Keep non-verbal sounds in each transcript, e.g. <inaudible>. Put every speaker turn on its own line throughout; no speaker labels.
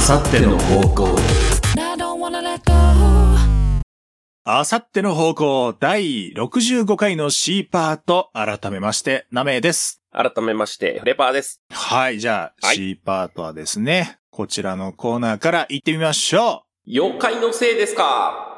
さっての方向
I don't wanna let go.
あさっての方向第65回の C パート、改めまして、ナメです。
改めまして、フレパーです。
はい、じゃあ、
はい
C パートはですね、こちらのコーナーから行ってみましょ
妖怪のせいですか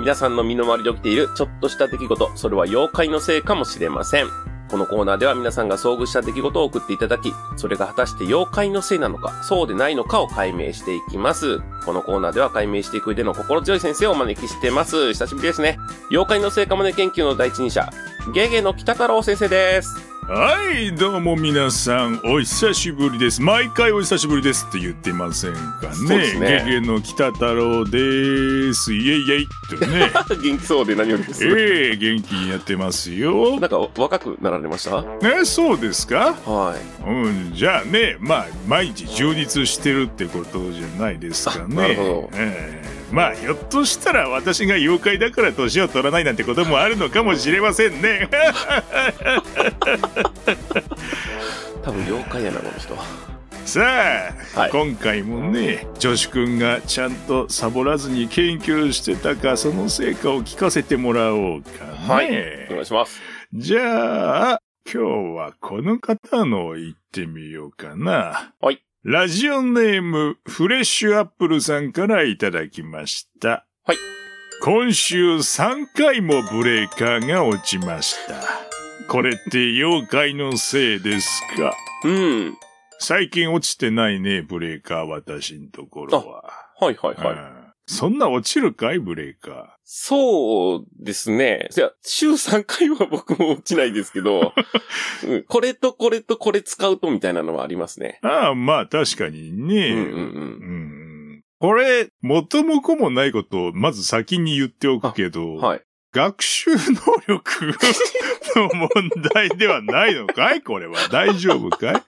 皆さんの身の回りで起きているちょっとした出来事、それは妖怪のせいかもしれません。このコーナーでは皆さんが遭遇した出来事を送っていただき、それが果たして妖怪のせいなのか、そうでないのかを解明していきます。このコーナーでは解明していく上での心強い先生をお招きしてます。久しぶりですね。妖怪のせいかもね研究の第一人者、ゲゲの北太郎先生です。
うはい、どうも皆さん、お久しぶりです。毎回お久しぶりですって言ってませんか
そうですね
ゲゲの北太郎です。イエイイエイって <laughs> ね。
元気そうで何よりです。
ええ元気にやってますよ。
なんか若くなられました
ね、そうですか
はい。
うん、じゃあね、まあ、毎日充実してるってことじゃないですかね。
あなるほど
ええまあ、ひょっとしたら私が妖怪だから年を取らないなんてこともあるのかもしれませんね。 <laughs>
多分妖怪やなこの人は
さあ、
はい
今回もね、女子くんがちゃんとサボらずに研究してたか、その成果を聞かせてもらおうかね。
お願いします
じゃあ、今日はこの方の言ってみようかな。
はい。
ラジオネーム、フレッシュアップルさんからいただきました。
はい。
今週3回もブレーカーが落ちました。これって妖怪のせいですか
うん
最近落ちてないね、ブレーカー私のところは。
はいはいはい、
うんそんな落ちるかいブレーカ
そうですねいや週3回は僕も落ちないですけど、うんこれとこれとこれ使うとみたいなのはありますね
ー。ああ、まあ確かにね。
うんうん
うんこれ、元も子もないことをまず先に言っておくけど、
うんはい
学習能力 <laughs> の問題ではないのかいこれは大丈夫か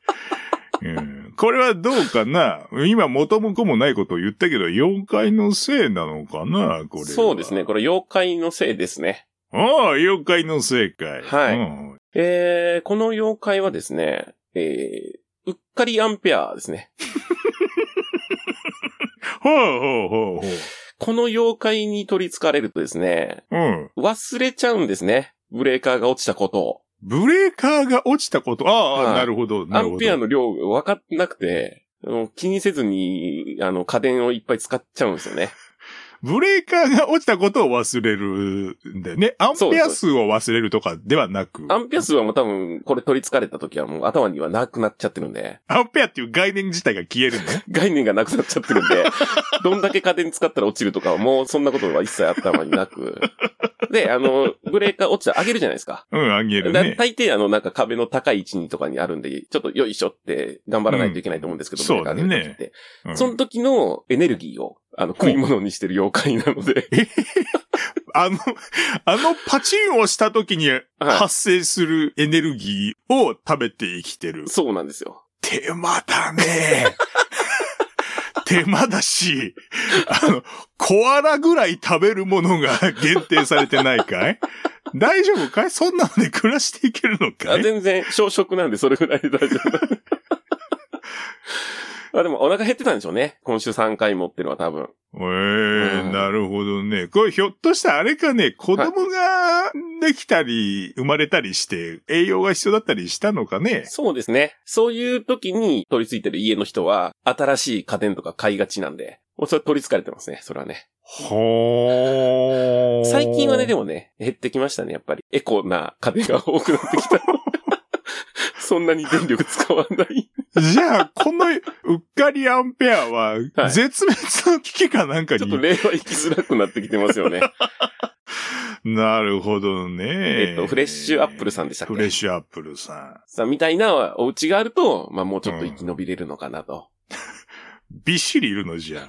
い、うんこれはどうかな今元も子もないことを言ったけど、妖怪のせいなのかなこれは。
そうですね。これ妖怪のせいですね。
ああ、妖怪のせいかい。
はい
うん
えー、この妖怪はですね、えー、うっかりアンペアですね。
ほうほうほうほう。
この妖怪に取り憑かれるとですね、
うん。
忘れちゃうんですね。ブレーカーが落ちたことを。
ブレーカーが落ちたこと。ああ、
はい
なるほど、な
ア
るほど。
ンペアの量が分かってなくて、もう気にせずに、あの、家電をいっぱい使っちゃうんですよね。
ブレーカーが落ちたことを忘れるんだよね。アンペア数を忘れるとかではなく、
アンペア数はもう多分、これ取り憑かれた時はもう頭にはなくなっちゃってるんで、
アンペアっていう概念自体が消えるのね。
概念がなくなっちゃってるんで、どんだけ家電使ったら落ちるとかはもうそんなことは一切頭になく。で、あの、ブレーカー落ちたら上げるじゃないですか。
うん、あげる
だ
ね。
大抵あの、なんか壁の高い位置にとかにあるんで、ちょっとよいしょって頑張らないといけないと思うんですけど、
うん
ブレーカー上げる時って。
うん
その時のエネルギーを、あの、食い物にしてる妖怪なので、
あの、あのパチンをした時に発生するエネルギーを食べて生きてる。
そうなんですよ。
手間だね。手間だし、あの、コアラぐらい食べるものが限定されてないかい大丈夫かいそんなので暮らしていけるのか
あ
い
全然、小食なんでそれぐらいで大丈 <laughs> 夫。あでも、お腹減ってたんでしょうね。今週3回もってのは多分。
ええ
うん
なるほどね。これひょっとしたらあれかね、子供ができたり、生まれたりして、栄養が必要だったりしたのかね。
そうですね。そういう時に取り付いてる家の人は、新しい家電とか買いがちなんで、もうそれ取り付かれてますね。それはね。
ほー。
最近はね、で
も。
もね、減ってきましたね、やっぱり。エコな家電が多くなってき <laughs> た。そんなに電力使わない。
じゃあ、このうっかりアンペアは、
はい
絶滅の危機かなんか
ちょっ
に。
と令和行きづらくなってきてます <laughs> よね。
なるほどね。
えっと、フレッシュアップルさんでしたっけ
フレッシュアップルさん。
さみたいなお家があると、まあもうちょっと生き延びれるのかなと。
びっしりいるのじゃあ。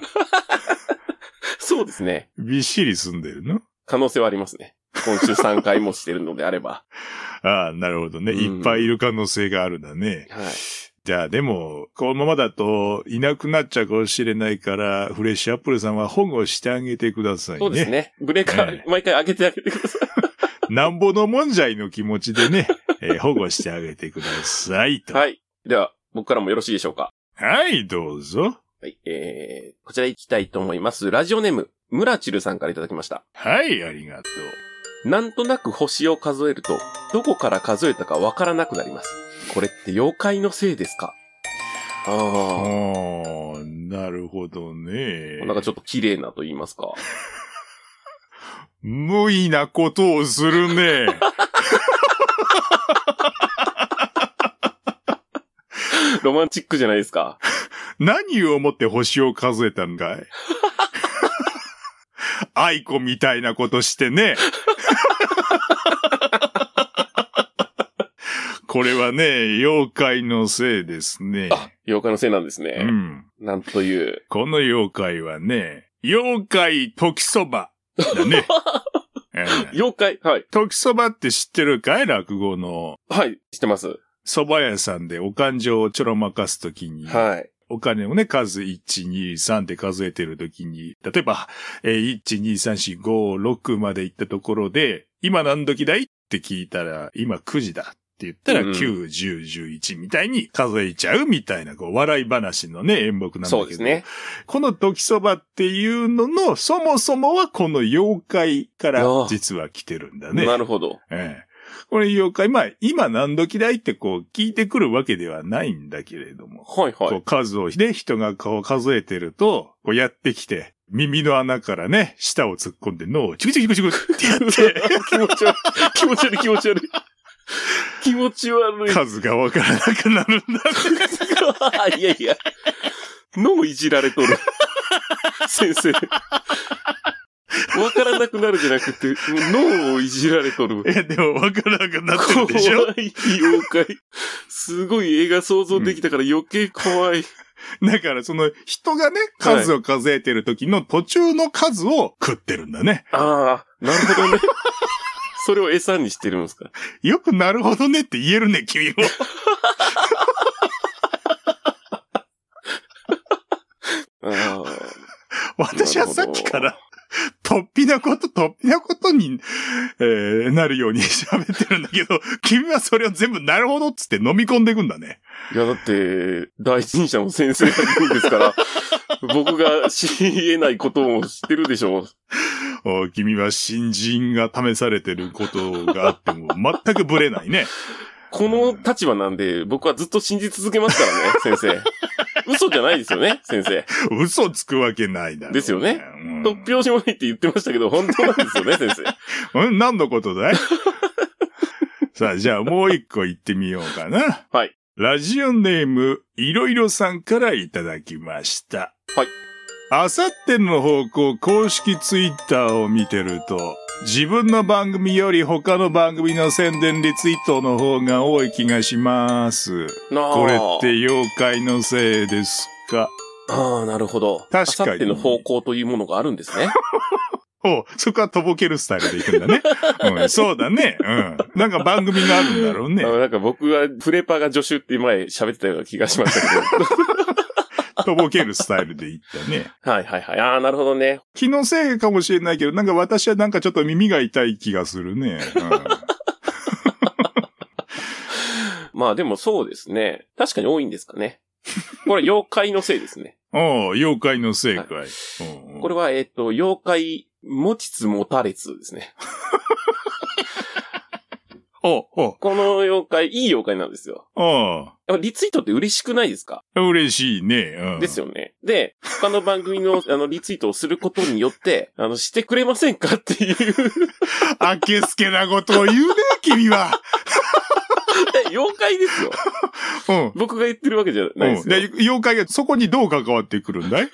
そうですね。
びっしり住んでるの
可能性はありますね。今週3回もしてるのであれ <laughs> ば。
ああ、なるほどね。
うん
いっぱいいる可能性があるんだね。
はい。
じゃあでも、このままだといなくなっちゃうかもしれないから、フレッシュアップルさんは保護してあげてくださいね。
そうですね。ブレーカ
え
ー、毎回上げてあげてください。
なんぼのもんじゃいの気持
<laughs>
ちでね、えー保護してあげてくださいと。
はい。では、僕からもよろしいでしょうか。
はい、どうぞ。
はい、えー、こちら行きたいと思います。ラジオネーム、ムラチルさんからいただきました。
はい、ありがと
なんとなく星を数えると、どこから数えたかわからなくなります。これって妖怪のせいですか
う。
あ
ああ、なるほどね
あ、。なんかちょっと綺麗なと言いますか。 <laughs>
無意なことをするね。
ロマンチックじゃないですか。
何をもって星を数えたん
<laughs>
かい愛子みたいなことして
<laughs>
ね。これはね、妖怪のせいですね。
妖怪のせいなんです
う
ね。
ん。
なんという。
この妖怪はね、妖怪時そばだ
<laughs>
ね。ええ
妖怪はい。
時そばって知ってるかい落語の。
はい。知ってます。
蕎麦屋さんでお勘定をちょろまかすときに、
はい。
お金をね、数1、2、3で数えてるときに、例えば、えー1、2、3、4、5、6まで行ったところで、今何時だいって聞いたら、今9時だって言ったら、
うん
9、10、11みたいに数えちゃうみたいな、こう、笑い話のね、演目なんだけど。
そうですね。
この時そばっていうのの、そもそもはこの妖怪から
ああ
実は来てるんだね。
なるほど。
ええ。これ妖怪、まあ、今何時だいってこう聞いてくるわけではないんだけれども、
はいは
こう
い。
数をね、人がこう数えてると、こうやってきて、耳の穴からね、舌を突っ込んで脳をチクチクチクチクってやって、
<laughs> 気持ち悪い。気持ち悪い気持ち悪い。気持ち悪 <laughs> い。
数がわからなくなるんだ。
いやいや。脳いじられ <laughs> とる。先生。わからなくなるじゃなくて、脳をいじられとる。
いや、でもわからなくなって
怖
るでしょ
い妖怪。すごい絵が想像できたから余計怖い。
だからその人がね、数を数えてる時の途中の数を食ってるんだね。
ああ、なるほどね。それを餌にしてるんですか。
よくなるほどねって言えるね、
<laughs>
君も。
ああ。
私はさっきから、突飛なこと、突飛なことに、えーなるように喋ってるんだけど、君はそれを全部なるほどっつって飲み込んでいくんだね。
いや、だって、第一人者の先生がいるんで
<laughs>
すから、僕が知り得ないことを知ってるでしょう。
お君は新人が試されてることがあ
<laughs>
っても全くブレないね。
この立場なんで、僕はずっと信じ続けますからね、先生。嘘じゃないですよね、先生。
嘘つくわけないだろう
ですよね。
うん
突拍子もないって言ってましたけど、本当なんですよね、先生。
うん、何のことだい <laughs> さあ、じゃあもう一個行ってみようかな。
はい。
ラジオネーム、いろいろさんからいただきました。
はい。
あさっての方向公式ツイッターを見てると、自分の番組より他の番組の宣伝リツイートの方が多い気がします。
なあ。
これっ。て妖怪のせいですか
ああ、なるほど。
確かに
あさっての方向というものがあるんですね。
おそこはとぼけるスタイルでいくんだね。 <laughs> うん、そうだね。うん。なんか番組があるんだろうね
あ。のなんか僕は、フレーパーが助手って前喋ってたような気がしました
<laughs>
けど。
とぼけるスタイルで言ったね。
はいはいはい。ああ、なるほどね。
気のせいかもしれないけど、なんか私はなんかちょっと耳が痛い気がするね。
<laughs> まあでもそうですね。確かに多いんですかね。これ、妖怪のせいです
<laughs>
ね。
うん、おう妖怪のせいかい。うんうん
これは、えっ、と、妖怪、持ちつ持たれつですね。
おうおう
この妖怪、いい妖怪なんですよ。
お
やっぱリツイートって嬉しくないですか、
う嬉しいね。うん、
ですよね。で、他の番組
<laughs>
の、あの、リツイートをすることによって、あの、してくれませんかっ
<laughs>
ていう、
あけすけなことを言うね、君は。
妖怪ですよ。
うん。
僕が言ってるわけじゃないで
うん
す
で
よ。
妖怪がそこにどう関わってくるんだい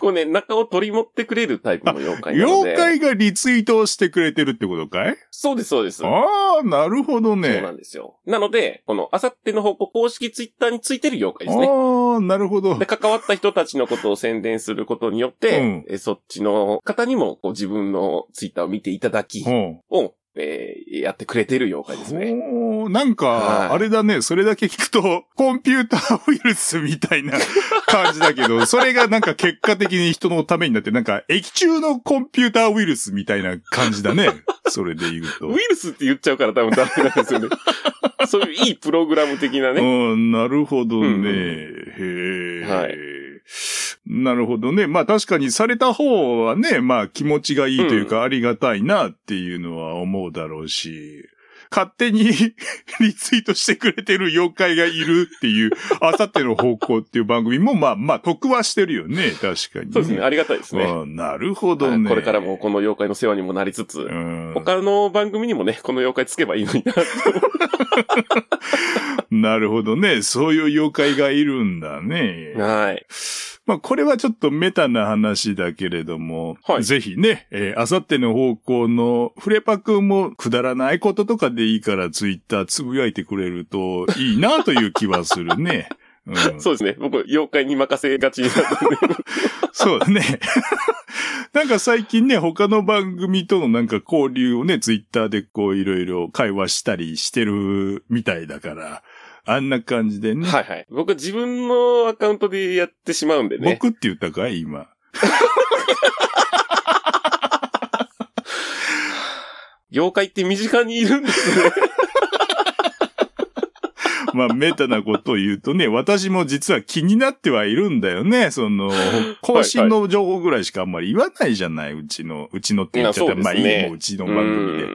これね、中を取り持ってくれるタイプの妖怪なので。
妖怪がリツイートをしてくれてるってことかい
そうです、そうです。そう
ああ、なるほどね
な。んですよ。なので、この、あさっての方向公式ツイッターについてる妖怪ですね。
ああ、なるほ
<laughs>
ど
で、。関わった人たちのことを宣伝することによって、
うん
えそっちの方にもこう自分のツイッターを見ていただき
うん
を、えーやってくれてる妖怪ですね。
おおーなん
はい
か、あれだね、それだけ聞くと、コンピューターウイルスみたいな感じだけ
<laughs>
ど、それがなんか結果的に人のためになって、なんか液中のコンピューターウイルスみたいな感じだね。それで言うと。
ウイルスって言っちゃうから多分ダメな
<laughs>
んですよね。そういういいプログラム的なね。
うん、なるほどね。
うんうん
へえ。
はい
なるほどね。まあ確かにされた方はね、まあ気持ちがいいというかありがたいなっていうのは思うだろうし、勝手に <laughs> リツイートしてくれてる妖怪がいるっていう、あさっての方向っていう番組もまあまあ得はしてるよね。確かに、
そうですね。ありがたいですね。
あなるほど
はい
ね。
これからもこの妖怪の世話にもなりつつ
う、ん。
他の番組にもね、この妖怪つけばいいのにな。
なるほどね。そういう妖怪がいるんだね。
はい。
まあ、これはちょっとメタな話だけれども、
はい
ぜひね、えー、あさっての方向のフレパ君もくだらないこととかでいいからツイッターつぶやいてくれるといいなという気はする
<laughs>
ね。うん、
そうですね。僕、妖怪に任せがちになったんで。
そうだね。 <laughs> なんか最近ね、他の番組とのなんか交流をね、ツイッターでこういろいろ会話したりしてるみたいだから、あんな感じでね。
はいはい。僕、自分のアカウントでやってしまうんでね。
僕って言ったかい今。
妖怪って身近にいるんですね。
<laughs> まあ、メタなことを言うとね、私も実は気になってはいるんだよね。その、更新の情報ぐらいしかあんまり言わないじゃない、うちの、うちのって言っちゃったら、
いや
ま
そ
あ
う
い
ですね
いもううちの番組で。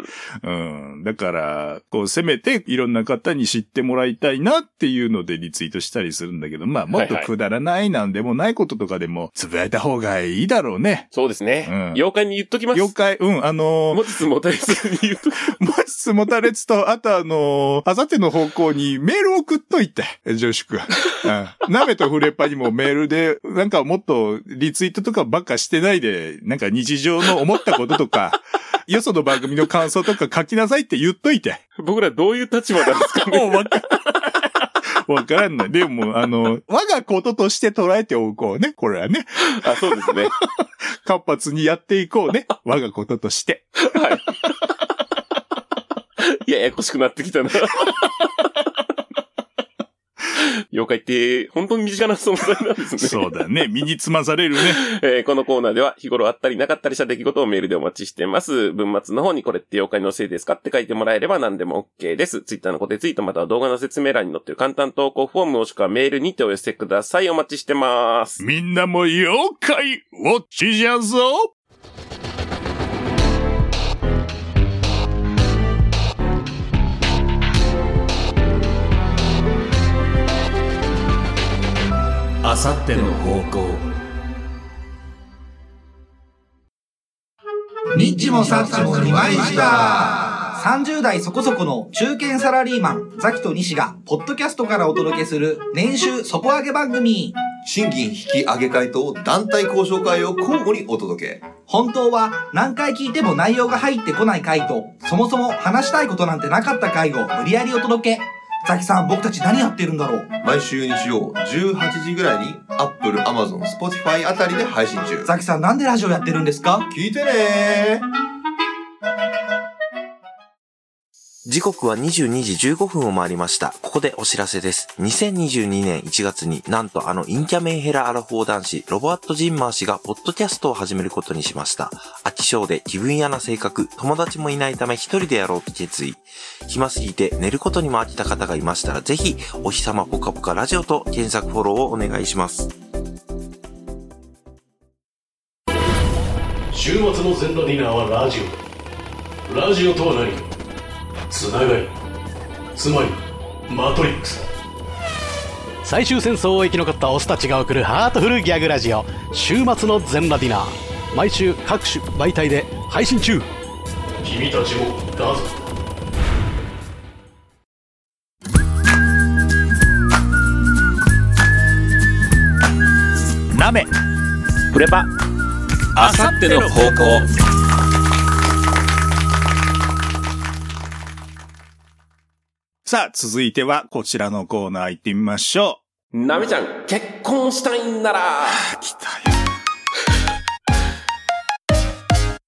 うん。だから、こう、せめていろんな方に知ってもらいたいなっていうのでリツイートしたりするんだけど、まあ、もっと
はいはい
くだらないなんでもないこととかでも、つぶやいた方がいいだろうね。
そうですね、
うん
妖怪に言っときます。
妖怪、うん、あのー
持ちつ持たれずに言うと。
持ちつ持たれつと、あとあのーあさっての方向にメール送っといて、女子くん。うん。鍋とフレパにもメールで、なんかもっとリツイートとかばっかしてないで、なんか日常の思ったことと <laughs> か、よその番組の感想とか書きなさいって言っといて。
<laughs> 僕らどういう立場なんですか
<laughs>
ね。
もうわか、わからんない。でも、あの、我がこととして捉えておこうね。これはね。
<laughs> あ、そうですね。
活発にやっていこうね。我がこととして。
いや、ややこしくなってきたな。 <laughs> 妖怪って、本当に身近な存在なんです <laughs> ね。
そうだね。身につまされるね。
えーこのコーナーでは日頃あったりなかったりした出来事をメールでお待ちしてます。文末の方にこれって妖怪のせいですかって書いてもらえれば何でも OK です。ツイッターの固定ツイートまたは動画の説明欄に載っている簡単投稿フォームもしくはメールにてお寄せください。お待ちしてます。
みんなも妖怪ウォッチじゃぞ
あさっての方向
ニッチもサッチもいまいちだ30代そこそこの中堅サラリーマン、ザキと西が、ポッドキャストからお届けする、年収底上げ番組。
賃金引き上げ会と団体交渉会を交互にお届け。
本当は何回聞いても内容が入ってこない回と、そもそも話したいことなんてなかった回を無理やりお届け。ザキさん、僕たち何やってるんだろう
毎週日曜18時ぐらいに Apple、Amazon、Spotify あたりで配信中。
ザキさん、なんでラジオやってるんですか
聞いてねー
時刻は22時15分を回りました。ここでお知らせです。2022年1月になんとあのインキャメンヘラアラフォー男子ロボアット・ジンマー氏がポッドキャストを始めることにしました。飽き性で気分屋な性格、友達もいないため一人でやろうと決意。暇すぎて寝ることにも飽きた方がいましたらぜひお日様ポカポカラジオと検索フォローをお願いします。
週末の全裸ディナーはラジオラジオとは何かつながりつまりマトリックスだ
最終戦争を生き残ったオスたちが送るハートフルギャグラジオ週末の全裸ディナー毎週各種媒体で配信中
君たちもだぞ
鍋
プレパ
あさっての方向
さあ、続いてはこちらのコーナー行ってみましょ
なめちゃん、結婚したいんな
う。
ら、
来たよ。
<laughs>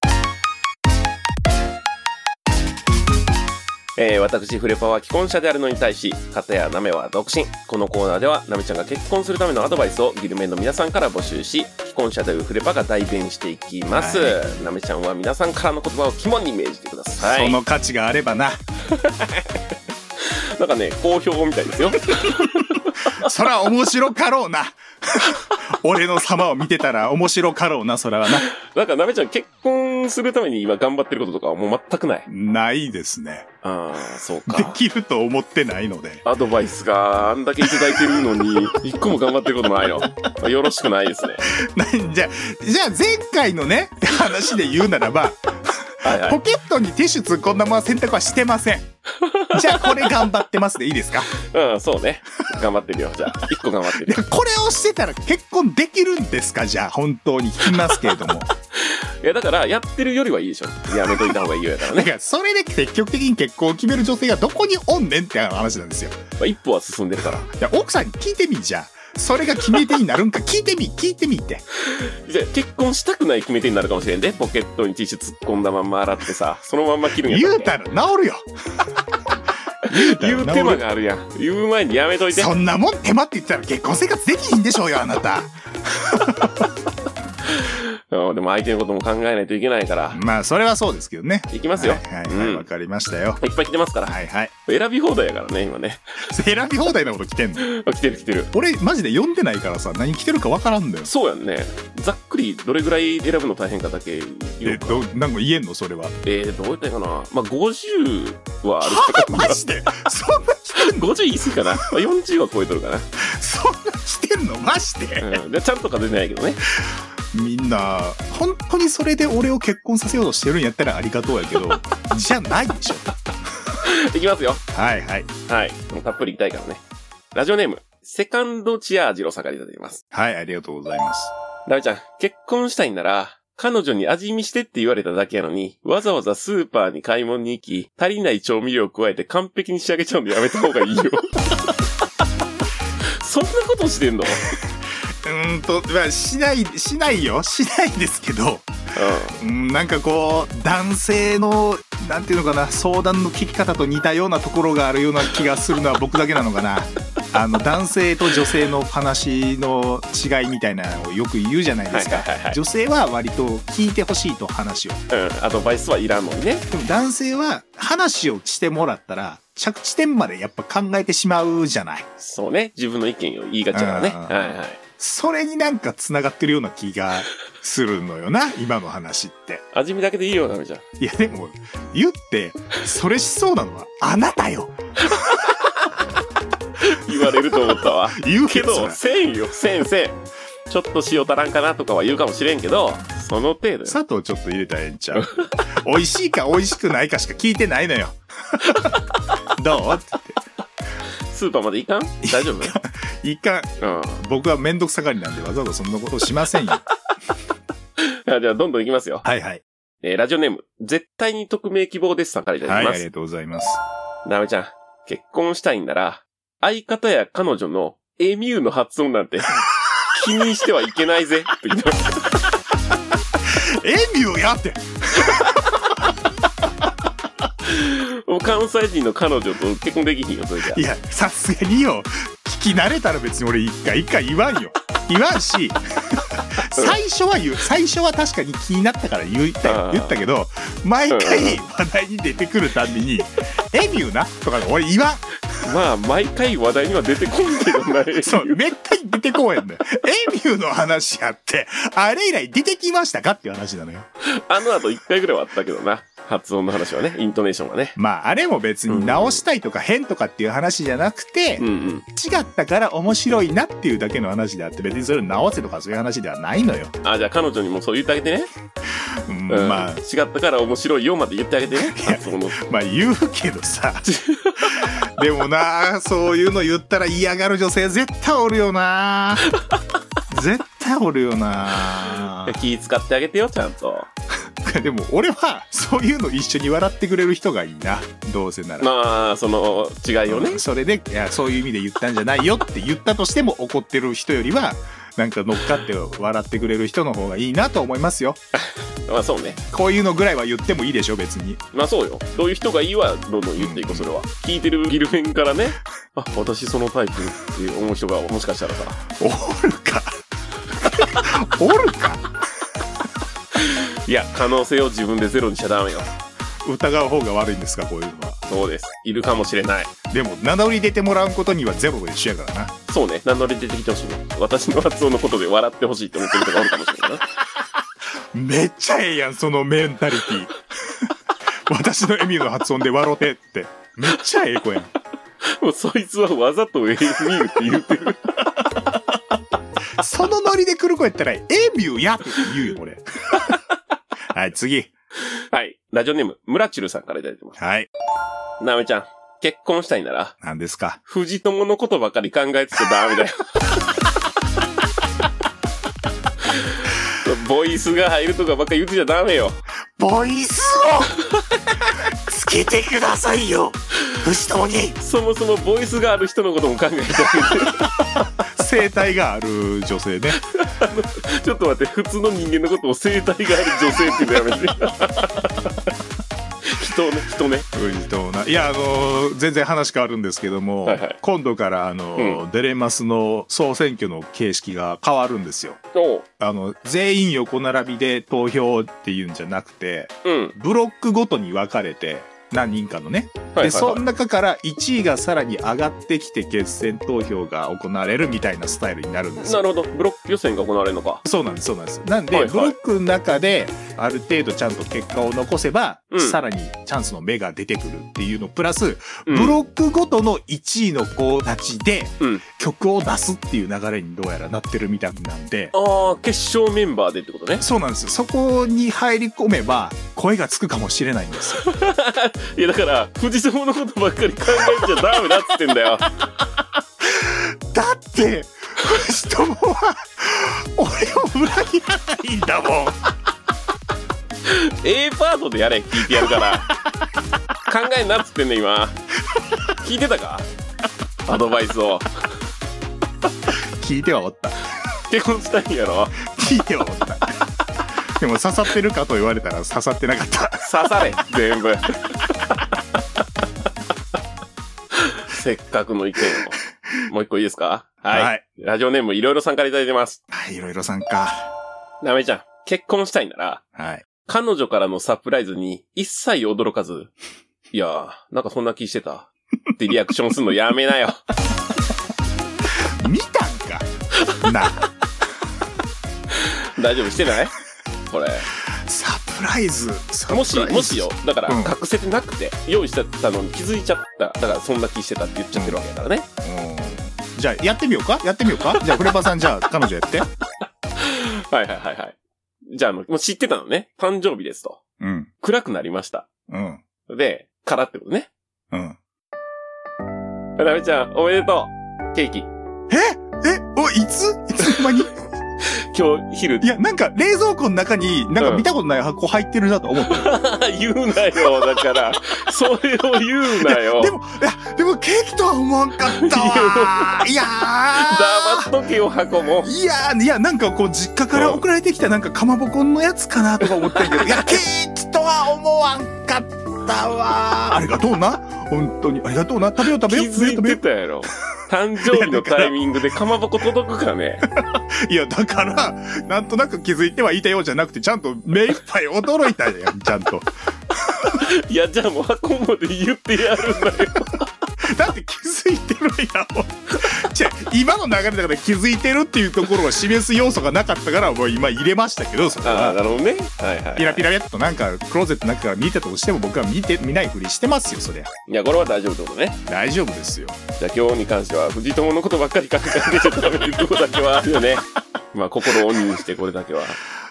えー私、フレパは既婚者であるのに対し、片やナメは独身。このコーナーでは、ナメちゃんが結婚するためのアドバイスをギルメンの皆さんから募集し、既婚者というフレパが代弁していきます。ナメちゃんは皆さんからの言葉を肝に銘じてくださ
そ
い。
の価値があればな。
なんかね、好評みたいで
<laughs>
すよ。
そら面白かろうな。 <laughs> 俺の様を見てたら面白かろうな、そらはな。
なんかナメちゃん結婚するために今頑張ってることとかはもう全くない。
ないですね。
ああ、そう
で
か。
きると思ってないので。
アドバイスがあんだけいただいてるの <laughs> に、一個も頑張ってることないの。よろしくないですね。
なんじゃ、じゃあ前回のね、話で言うならば、
はいは
ポ
い。
ケットにティッシュ突っ込んだまま洗濯はしてません。じゃあこれ頑張ってますでいいですか
うん、そうね。頑張ってるよ。じゃあ、一個頑張ってる
で
<laughs> よ。
これをしてたら結婚できるんですかじゃあ本当に聞きますけれ <laughs> ども。
いや、だから、やってるよりはいいでしょ。やめといた方がいいよやから
だ
<laughs> ね。
からそれで積極的に結婚を決める女性がどこにおんねんって話なんですよ。
まあ、一歩は進んでるから。
いや奥さんに聞いてみじゃあ。それが決め手になるんか聞いてみ聞いてみって。 <laughs>
じゃあ、結婚したくない決め手になるかもしれんで、ポケットにティッシュ突っ込んだまんま洗ってさ、そのまんま切るんや
言う
った
ら治るよ。
ら言う手間があるやん。言う前にやめといて。
そんなもん手間って言ったら結婚生活できひんでしょうよあなた。
うん、でも相手のことも考えないといけないから。
まあそれはそうですけどね。
いきますよ。
はいはい、
う
はい、
ん
わかりましたよ。
いっぱい来てますから。
はいはい。
選び放題やからね、今ね。 <laughs>
選び放題なこと来てんの。
あ来てる来てる。
俺マジで読んでないからさ何来てるかわからんだよ。
そうやんね。ざっくりどれぐらい選ぶの大変かだけ言お
え
うか。
どなんか言えんのそれは。
えー、どうやったらいいかな。まあ、50はある
はマジ <laughs> でそんな来てんの
50言い過ぎかな。まあ、40は超えとるか
そんな来てんのマジで
な。うん。でちゃんと数えてないけどね。
みんな本当にそれで俺を結婚させようとしてるんやったらありがとうや <laughs> けどじゃないでしょ。
いきますよ。
はいはい
はい。でもたっぷりいきたいからね。ラジオネーム、セカンドチアージロさんからいただきます。
はいありがとうございます。
ラメちゃん、結婚したいんなら、彼女に味見してって言われただけやのに、わざわざスーパーに買い物に行き、足りない調味料を加えて完璧に仕上げちゃうんでやめた方がいいよ。そんなことしてんの
うーんとまあしないしないよしないですけどうんなんかこう男性のなんていうのかな相談の聞き方と似たようなところがあるような気がするのは僕だけなのか <laughs> なあの男性と女性の話の違いみたいなのをよく言うじゃないですか、
はいはいはいはい
女性は割と聞いてほしいと話を
うん。うん。アドバイスはいらんのにね。
でも男性は話をしてもらったら着地点までやっぱ考えてしまうじゃない
そうね。自分の意見を言いがちだからね。
うん
はいはい。
それになんかつながってるような気がするのよな <laughs> 今の話って
味見だけでいいよ、ラメちゃん。
いやでも言ってそれしそうなのはあなたよ
言われると思ったわ。
<laughs> 言う
け
けど
ど、せんよ、せんせん。ちょっと塩足らんかなとかは言うかもしれんけど、その程度よ。
砂糖ちょっと入れたらええんちゃう美味しいか美味しくないかしか聞いてないのよどうって
スーパーまで行かん大丈夫
言って一貫
うん。
僕は面倒くさがりなんでわざわざそんなことしませんよ
じゃあ、どんどん行きますよ。
はいはい
えーラジオネーム、絶対に匿名希望ですさんからいただ
は
き
い
ま
あり
す
が。とうございます
なめちゃん、結婚したいんなら、相方や彼女のエミューの発音な
<laughs>
んて、気にしてはいけないぜ、と言ってます
エミューやって
もう関西人の彼女と結婚できひんよ、それじゃ
い。やさすがによ聞き慣れたら別に俺一回一回言わんよ言わん
<laughs>
し最初は言う最初は確かに気になったから言った
う
よ
ん
言ったけど毎回
う
話題に出てくるたんびに「エミューな」とか俺言わん
まあ、毎回話題には出てこんけどな、エミュー
そう、めったに出てこうへんのよ。エミューの話やって、あれ以来出てきましたかっていう話なのよ。
あの後一回ぐらいはあったけどな。発音の話はね、イントネーションはね。
まあ、あれも別に直したいとか変とかっていう話じゃなくて、
うんうん。
違ったから面白いなっていうだけの話であって、別にそれを直せとかそういう話ではないのよ。
あ、じゃあ彼女にもそう言ってあげてね。
うん、
うん。
まあ
違、ったから面白いよまで言ってあげてね。発音の。
まあ言うけど
<laughs>
さ。でもな、そういうの言ったら嫌がる女性絶対おるよな。絶対おるよな。
気使ってあげてよ、ちゃんと。
でも俺はそういうの一緒に笑ってくれる人がいいな。どうせなら。
まあ、その違いをね
うん。それでいやそういう意味で言ったんじゃないよって言ったとしても怒ってる人よりはなんか乗っかって笑ってくれる人の方がいいなと思いますよ
まあそうね
こういうのぐらいは言ってもいいでしょ、別に。
まあそうよどういう人がいいはどんどん言っていこうそれは聞いてるギルフェンからねあ私そのタイプっていう思う人がもしかしたらさ
おる
<laughs>
か。おるか。
いや可能性を自分でゼロにしちゃダメよ
疑う方が悪いんですか、こういうのは。
そうですいるかもしれない
でも、名乗り出てもらうことにはゼロで一緒やからな。
そうね名乗り出てきてほしいね私の発音のことで笑ってほしいって思ってる人がおるかもしれないな
めっちゃええやん、そのメンタリティ。 <laughs> 私のエミューの発音で笑ってって。めっちゃええ子やん。
もうそいつはわざとエミューって言ってる
そのノリで来る子やったら、エミューやって言うよ、これ。 <laughs> はい、次。
はいラジオネームムラチュルさんからいただいてます
はい。
なめちゃん結婚したいなら
何ですか。
藤友のことばかり考えてちゃダメだよ。 <laughs> ボイスが入るとかばっかり言ってちゃダメよ。
ボイスを <laughs> つけてくださいよ藤友に
そもそもボイスがある人のことも考えてあげ
声帯がある女性ね。
て。ちょっと待って、普通の人間のことを生体がある女性っていうの
<laughs>
やめて。人ね、人ね。
藤友な。いや、あのー全然話変わるんですけども、
はいはい
今度から、あのーデレマスの総選挙の形式が変わるんですよ。
おう。
あの、全員横並びで投票っていうんじゃなくて、
うん。
ブロックごとに分かれて、何人かのね。
は
で、
いはい、はい。
その中から1位がさらに上がってきて決選投票が行われるみたいなスタイルになるんですよ
なるほど。ブロック予選が行われるのか。
そうなんです、そうなんです。なんで、
はいはい
ブロックの中で、ある程度ちゃんと結果を残せば、
うん
さらにチャンスの芽が出てくるっていうの、プラス、
うん
ブロックごとの1位の子たちで
うん、
曲を出すっていう流れにどうやらなってるみたいなんで、
ああ、決勝メンバーでってことね。 <laughs>
そうなんです。そこに入り込めば、声がつくかもしれないんですよ。
いや、だから、藤友のことばっかり考えてちゃダメだっつってんだ
<laughs>
よ。
だって、人は、俺を裏切らないんだもん。
A パートでやれ聞いてやるから考えんなっつってんね今聞いて
<laughs>
たかアドバイスを
聞いてはおった。
結婚したいんやろ
聞いてはおった。でも刺さってるかと言われたら刺さってなかった。
刺さ <laughs> れ全部せっかくの意見をもう一個いいですかはい、
はい
ラジオネームいろいろ参加いただいてます
はい、いろいろさんか。
なめちゃん結婚したいなら
はい。
彼女からのサプライズに一切驚かずいやーなんかそんな気してたってリアクションするのやめなよ <laughs>
見たんかなあ、
大丈夫してないこれ
サプライズ。サプライ
も
ズ
し、もしよ。、だから、
うん
隠せてなくて、用意しちゃったのに気づいちゃった。だから、そんな気してたって言っちゃってるわけだからね。
うんじゃあ、やってみようかやってみようかじゃあ、フレパさん、じ
<laughs>
ゃあ、彼女やって。
はいはいはいはい。じゃあ、あのもう知ってたのね。誕生日ですと。
うん。
暗くなりました。
うん。
で、からってことね。
うん。
ななめちゃん、おめでとう。ケーキ。
え、お、いついつの間に
今日、昼 <laughs>
い、や、なんか、冷蔵庫の中に、なん
う
か
ん
見たことない箱入ってるなと思って。
言うなよ。だから、それを言うなよ。
でも、いや、でもケーキとは思わんかったわー。いやー。
黙っとけよ、箱も。
いやー、いや、なんかこう、実家から送られてきたなんかかまぼこのやつかなとか思ったけど、い
<laughs>
や、ケーキとは思わんかったわー。ありがとうな。本当に。ありがとうな。食べよう食
気
べよう食べ
づ
よう
い
食べ
て
よ
たやろ。誕生日のタイミングでかまぼこ届くかね。
う。いや、だから、なんとなく気づいてはいたようじゃなくて、ちゃんと目いっぱい驚いた
<laughs>
やん、ちゃんと。
いや、じゃあもう箱まで言ってやるんだよ。
だって気づいてるやんもう。じゃ今の流れだから気づいてるっていうところを示す要素がなかったから、もう今入れましたけど、それ
<laughs> ああ、
は。
なるほどね。はいはい。
ピラピラピラっとなんか、クローゼットの中から見てたとしても、僕は見て、見ないふりしてますよ、そりゃ。
いや、これは大丈夫ってことね。
大丈夫ですよ。
じゃあ今日に関しては、藤友のことばっかり考えてちゃダメっていうことだけは <laughs> あるよね。まあ、心を鬼にして、これだけは。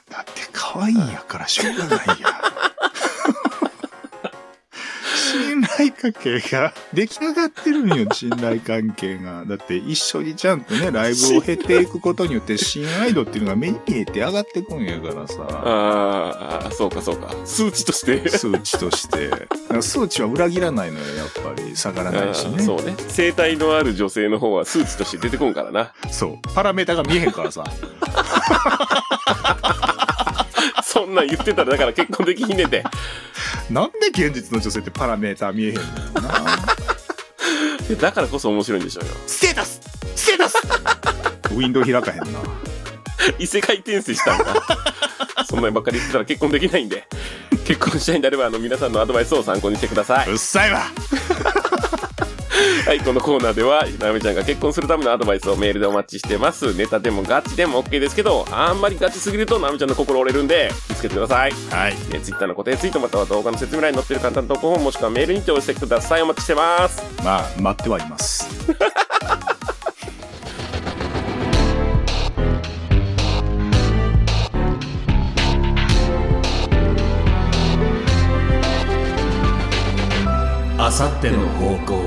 だって可愛いんやからしょうがないや。
<laughs>
信頼関係が出来上がってるのよ、信頼関係が。だって一緒にちゃんとね、ライブを経ていくことによって信頼度っていうのが目に見えて上がってくんやからさ。
ああ、そうかそうか。数値として。
数値として。だから数値は裏切らないのよ、やっぱり。逆らわないし
あー
ね。
そうね。生体のある女性の方は数値として出てこんからな。 <laughs>
そう。パラメータが見えへんからさ。
そんなん言ってたらだから結婚できひんねんて
なんで現実の女性ってパラメーター見えへんのよな。
でだからこそ面白いんでしょうよ
ステータスステータスウィンドウ開かへんな。
異世界転生したんだそんなんばっかり言ってたら結婚できないんで結婚したいんであればあの皆さんのアドバイスを参考にしてくださいう
っさいわ
はい、このコーナーでは、なめちゃんが結婚するためのアドバイスをメールでお待ちしてます。ネタでもガチでも OK ですけど、あんまりガチすぎるとなめちゃんの心折れるんで、気をつけてください。
はい。
え、Twitter の固定ツイートまたは動画の説明欄に載ってる簡単な投稿本もしくはメールにてお寄せください。お待ちしてます。
まあ、待ってはいます。
あさっての方向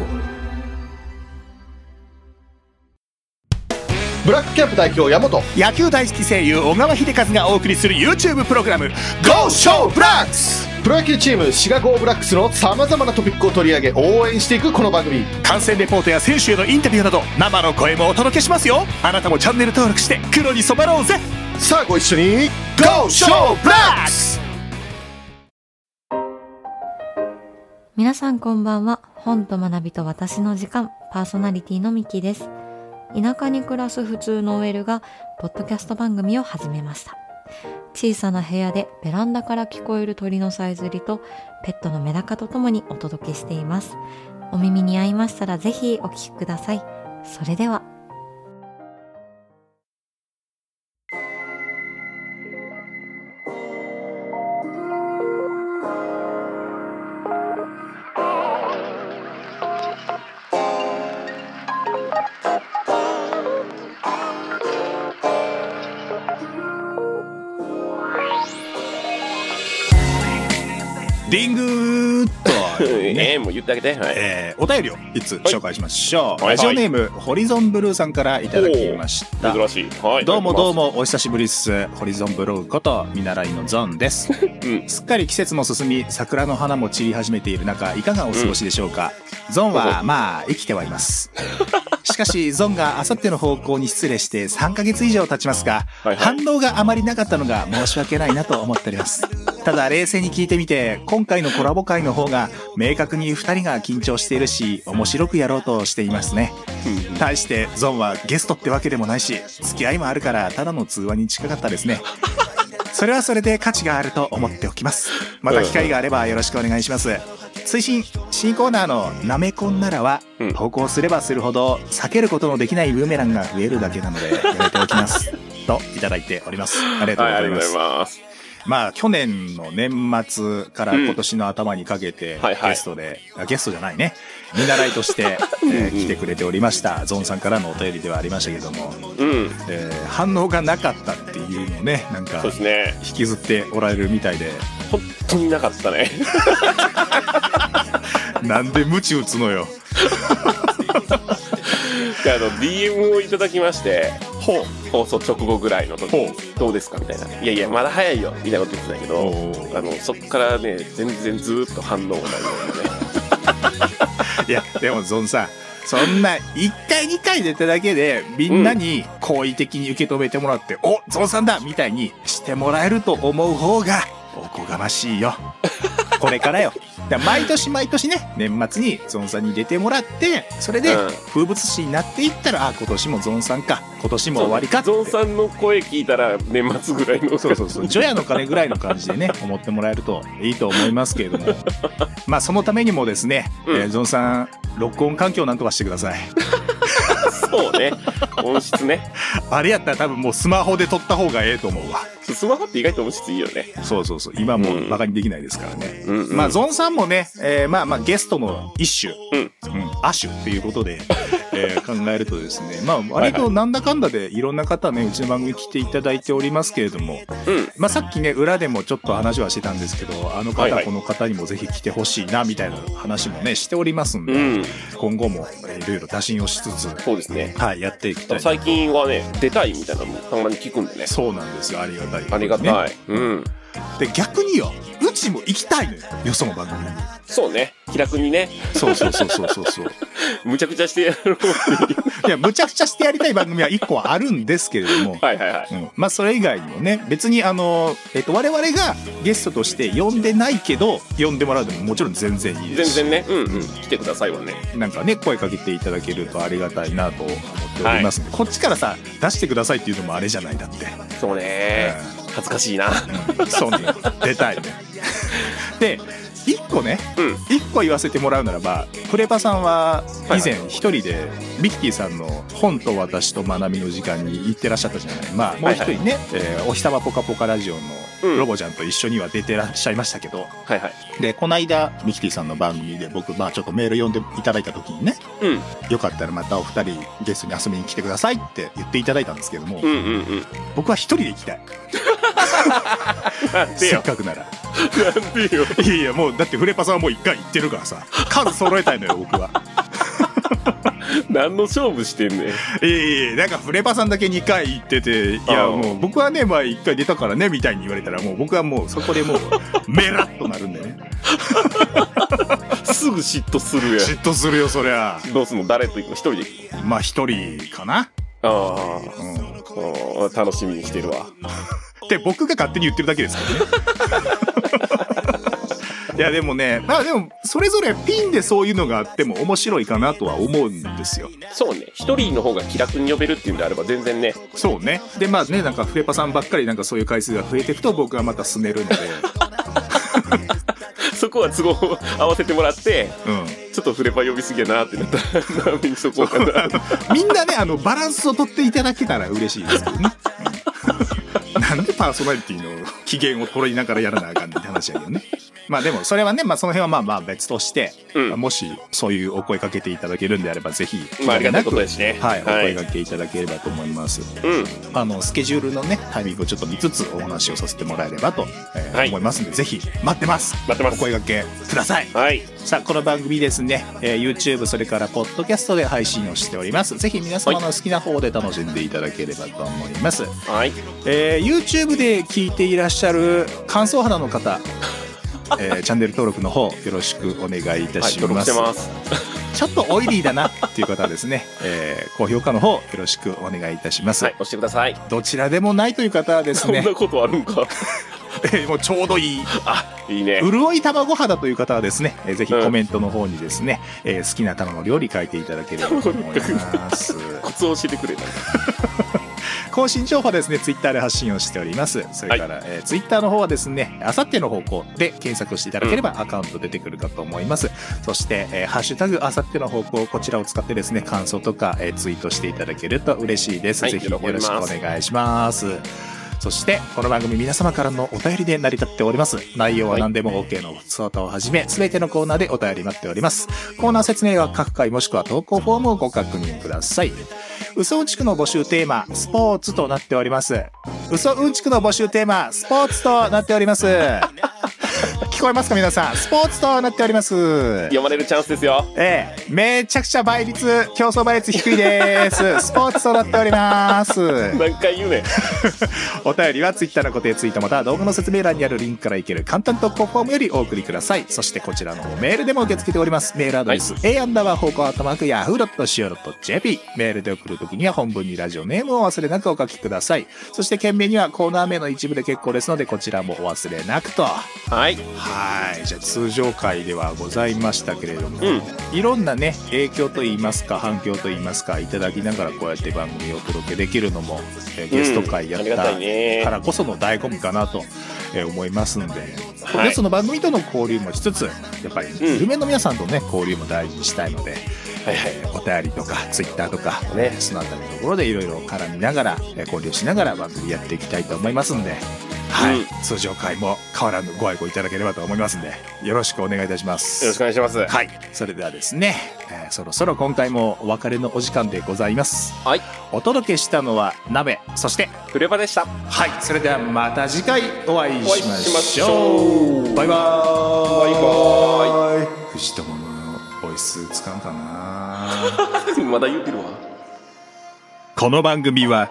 ブラックキャンプ代表山本
野球大好き声優、小川秀和がお送りする YouTube プログラム、
GO SHOW BLACKS プロ野球チームシガゴーブラックスのさまざまなトピックを取り上げ応援していくこの番組
観戦レポートや選手へのインタビューなど、生の声もお届けしますよ。あなたもチャンネル登録して、黒に染まろうぜ
さあご一緒に GO SHOW BLACKS
皆さんこんばんは本と学びと私の時間パーソナリティのミキです田舎に暮らす普通の OL がポッドキャスト番組を始めました小さな部屋でベランダから聞こえる鳥のさえずりとペットのメダカとともにお届けしていますお耳に合いましたらぜひお聞きくださいそれでは
ディングーっ
<laughs>
と、
ええもう言ってあげて。はい。
えーお便りをいつ紹介しましょう。
は
ラ
い
ジオネーム、ホリゾンブルーさんからいただきました。
珍しい。はい。
どうもどう
も。
もお久しぶりっす。ホリゾンブログこと見習いのゾン
<laughs>
です。
ん
すっかり季節も進み、桜の花も散り始めている中、いかがお過ごしでしょうか。ゾンは、まあ、生きてはい
<laughs>
ます。しかし、ゾンがあさっての方向に失礼して3ヶ月以上経ちますが、
はいはい
反応があまりなかったのが申し訳ないなと思っております。ただ、冷静に聞いてみて、今回のコラボ会の方が、明確に2人が緊張しているし、面白くやろうとしていますね。対してゾンはゲストってわけでもないし付き合いもあるからただの通話に近かったですね <laughs> それはそれで価値があると思っておきますまた機会があればよろしくお願いします推進新コーナーの「なめこんなら」は
うん
投稿すればするほど避けることのできないブーメランが増えるだけなのでやめておきます <laughs> といただいておりますありがとう
はい、
ご
あ
ざいま
りがとう
す、
ございます。
まあ去年の年末から今年の頭にかけて、
はいはい
ゲストで、あゲストじゃないね見習いと
<laughs>
して、えー来てくれておりましたゾンさんからのお便りではありましたけども、
うん。
えー反応がなかったっていうのをねなんか
そうですね。
引きずっておられるみたいで
本当になかったね。 <laughs>
なんで鞭打つのよ
であの、DM をいただきまして、
ほう
放送直後ぐらいの時
ほ
にどうですかみたいな「いやいやまだ早いよ」みたいなこと言ってたけど
おー
あのそっからね全然ずーっと反応がないようなね
いやでもゾンさんそんな1回2回出ただけでみんなに好意的に受け止めてもらって、おゾンさんだみたいにしてもらえると思う方がおこがましい
<laughs>
よこれからよだから毎年毎年ね年末にゾンさんに出てもらってそれで
うん
風物詩になっていったら、あ今年もゾンさんか今年も終わりかって
ゾンさんの声聞いたら年末ぐらいの
そうそうそう、除夜の鐘ぐらいの感じで
<laughs>
ね、思ってもらえるといいと思いますけれども、まあそのためにもですね、
うん
えーゾンさん、録音環境なんとかしてください。
そうね音質ね
あれやったら多分もうスマホで撮った方がええと思うわ。
スマホって意外と音質いいよね
そうそうそう、今もうバカにできないですからね。
うん、うん、
まあ、ゾンさんもね、えーまあまあゲストの一種、
うん
うん、亜種っていうことで、えー考えるとですね、まあ割となんだかんだでいろんな方ね、うちの番組来ていただいておりますけれども、
うん
まあ、さっきね裏でもちょっと話はしてたんですけどあの方、
はいはい
この方にもぜひ来てほしいなみたいな話もねしておりますんで、
うん
今後もえーいろいろ打診をしつつ、
そうですね
はい、やっていきたい
最近はね出たいみたいなのもたまに聞くんでね
そうなんですよありがたいことにね、
ありがたい、うん
で逆によ打うちも行きたいのよよその番組に
そうね。気楽にね。
そうそうそうそうそうそう
むちゃくちゃしてや
<laughs>
ろうっていう
いやむちゃくちゃしてやりたい番組は1個はあるんですけれども
はいはいはい。
うんまあそれ以外にもね別にあの、えっと我々がゲストとして呼んでないけど呼んでもらうのももちろん全然いいで
全
すし
然ね。うんうん。来てくださいはね。
なんかね声かけていただけるとありがたいなと思っております、こっちからさ出してくださいっていうのもあれじゃないだって
そうね。恥ずかしいな。
そうね出たいねで一個ね、一個言わせてもらうならばプレパさんは以前一人でビッキーさんの「本と私と学び」の時間に行ってらっしゃったじゃないまあもう一人ね、
はいはい
えーお日様ぽかぽかラジオのロボちゃんと一緒には出てらっしゃいましたけど、
はいはい。
でこの間ミキティさんの番組で僕、まあ、ちょっとメール読んでいただいた時にね
うん。
よかったらまたお二人ゲストに遊びに来てくださいって言っていただいたんですけども、
うんうんうん。
僕は一人で行きたい
<laughs> なんで
せっ
よ。
かくなら
なんでよ。
いやいやもうだってフレパさんはもう一回行ってるからさ数揃えたいのよ僕は
何の勝負してんねん。
いやいやいやなんかフレパさんだけ2回行ってていや
あー
もう僕はねまあ1回出たからねみたいに言われたらもう僕はもうそこでもうメラッとなるんでね
すぐ嫉妬するや
嫉妬するよそりゃ
ん。どうすんの誰と行くの一人で行く
まあ一人かな
あー
うん
あー。楽しみにしてるわ。
って僕が勝手に言ってるだけですからね。
<laughs>
いやでもねまあでもそれぞれピンでそういうのがあっても面白いかなとは思うんですよ。
そうね。一人の方が気楽に呼べるっていうんであれば全然ね。 <laughs>
そうね。でまあねなんかフレパさんばっかりなんかそういう回数が増えていくと僕はまたすねるの
<laughs>
で。
そこは都合を合わせてもらって、
うん、
ちょっとフレパ呼びすぎやなってなったら、ラーメンにしとこうかな。
みんなねあのバランスをとっていただけたら嬉しいですけどね。
<laughs>
うんなんでパーソナリティの機嫌を取りながらやらなあかんねんって話やけどね。まあでもそれはね、まあその辺はまあまあ別として、
うん
もしそういうお声かけていただけるんであればぜひ、
まあありがたいことですね
はい、
はい
お声かけいただければと思います。
うん。
あの、スケジュールのね、タイミングをちょっと見つつお話をさせてもらえればと、えー
はい
思いますので、ぜひ待ってます。
待ってます
お声掛けください。
はい。
さあ、この番組ですね、えー YouTube、それから、ポッドキャストで配信をしております。ぜひ皆様の好きな方で楽しんでいただければと思います。
はい。
えー YouTube で聞いていらっしゃる乾燥肌の
<laughs>
方、えーチャンネル登録の方、よろしくお願いいた
はい、
し
登録
ま
し
す。
てます。
ちょっとオイリーだなっていう方はですね、えー高評価の方、よろしくお願いいたします。
はい、押してください。
どちらでもないという方はです
そん <laughs>
ね
な、ことあるんか。
えー <laughs> もうちょうどいい、
あ、いいね。
潤い卵肌という方はですね、えーぜひ
うん
コメントの方にですね、えー好きな卵料理書いていただければと思い <laughs> ます。
コツを教えてくれた。
更新情報はですね、ツイッターで発信をしております。それから、えツイッター Twitter の方はですね、あさっての方向で検索をしていただければアカウント出てくるかと思います。そして、えーハッシュタグあさっての方向、こちらを使ってですね、感想とか、えーツイートしていただけると嬉しいです。
はい
ぜひよろしく
喜び
お
ます
願いします。そして、この番組皆様からのお便りで成り立っております。内容は何でも OK の相談をはじめ、すべてのコーナーでお便り待っております。コーナー説明は各回もしくは投稿フォームをご確認ください。嘘うんちくの募集テーマ、スポーツとなっております。嘘うんちくの募集テーマ、スポーツとなっております。 <laughs> 聞こえますか皆さん。スポーツとなっております。
読まれるチャンスですよ。
ええ、めちゃくちゃ倍率、競争倍率低いです。スポーツとなっております。
何回言うねん。
お便りはツイッターの固定ツイートまたは動画の説明欄にあるリンクからいける簡単投稿フォームよりお送りくださいそしてこちらのメールでも受け付けておりますメールアドレス、a アンダーバー方向アットマークヤフー .co.jp メールで送るときには本文にラジオネームをお忘れなくお書きくださいそして件名にはコーナー名の一部で結構ですのでこちらもお忘れなくと
はい。
はいじゃあ通常回ではございましたけれども、
うん
いろんなね影響といいますか反響といいますかいただきながらこうやって番組をお届けできるのも、えーゲスト会やっ
うんありが
た
たいね
からこその醍醐味かなとえー思いますので、
はい
ゲストの番組との交流もしつつやっぱりグルメの皆さんとね交流も大事にしたいので、
はいはい。
お便りとかツイッターとか、
ね
そのあたりのところでいろいろ絡みながらえー交流しながら番組やっていきたいと思いますんで、はい
うん
通常回も変わらぬご愛顧いただければと思いますんでよろしくお願いいたします。
よろしくお願いします。
はい、それではですね、えーそろそろ今回もお別れのお時間でございます。
はい。
お届けしたのは鍋、そして、
フレパでした。 <laughs>
はい、それではまた次回お会いしましょう。
お会いしましょう
バイバーイ。
バ
イバイ。藤友のボイスつかんかな。
まだ言ってるわ。
この番組は、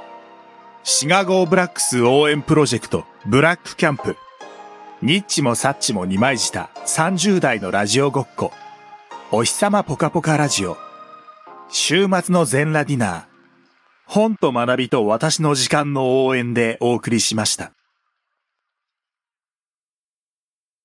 シガゴーブラックス応援プロジェクト、ブラックキャンプ、ニッチもサッチも二枚舌、30代のラジオごっこ。お日様ぽかぽかラジオ。週末の全ラディナー。本と学びと私の時間の応援でお送りしました。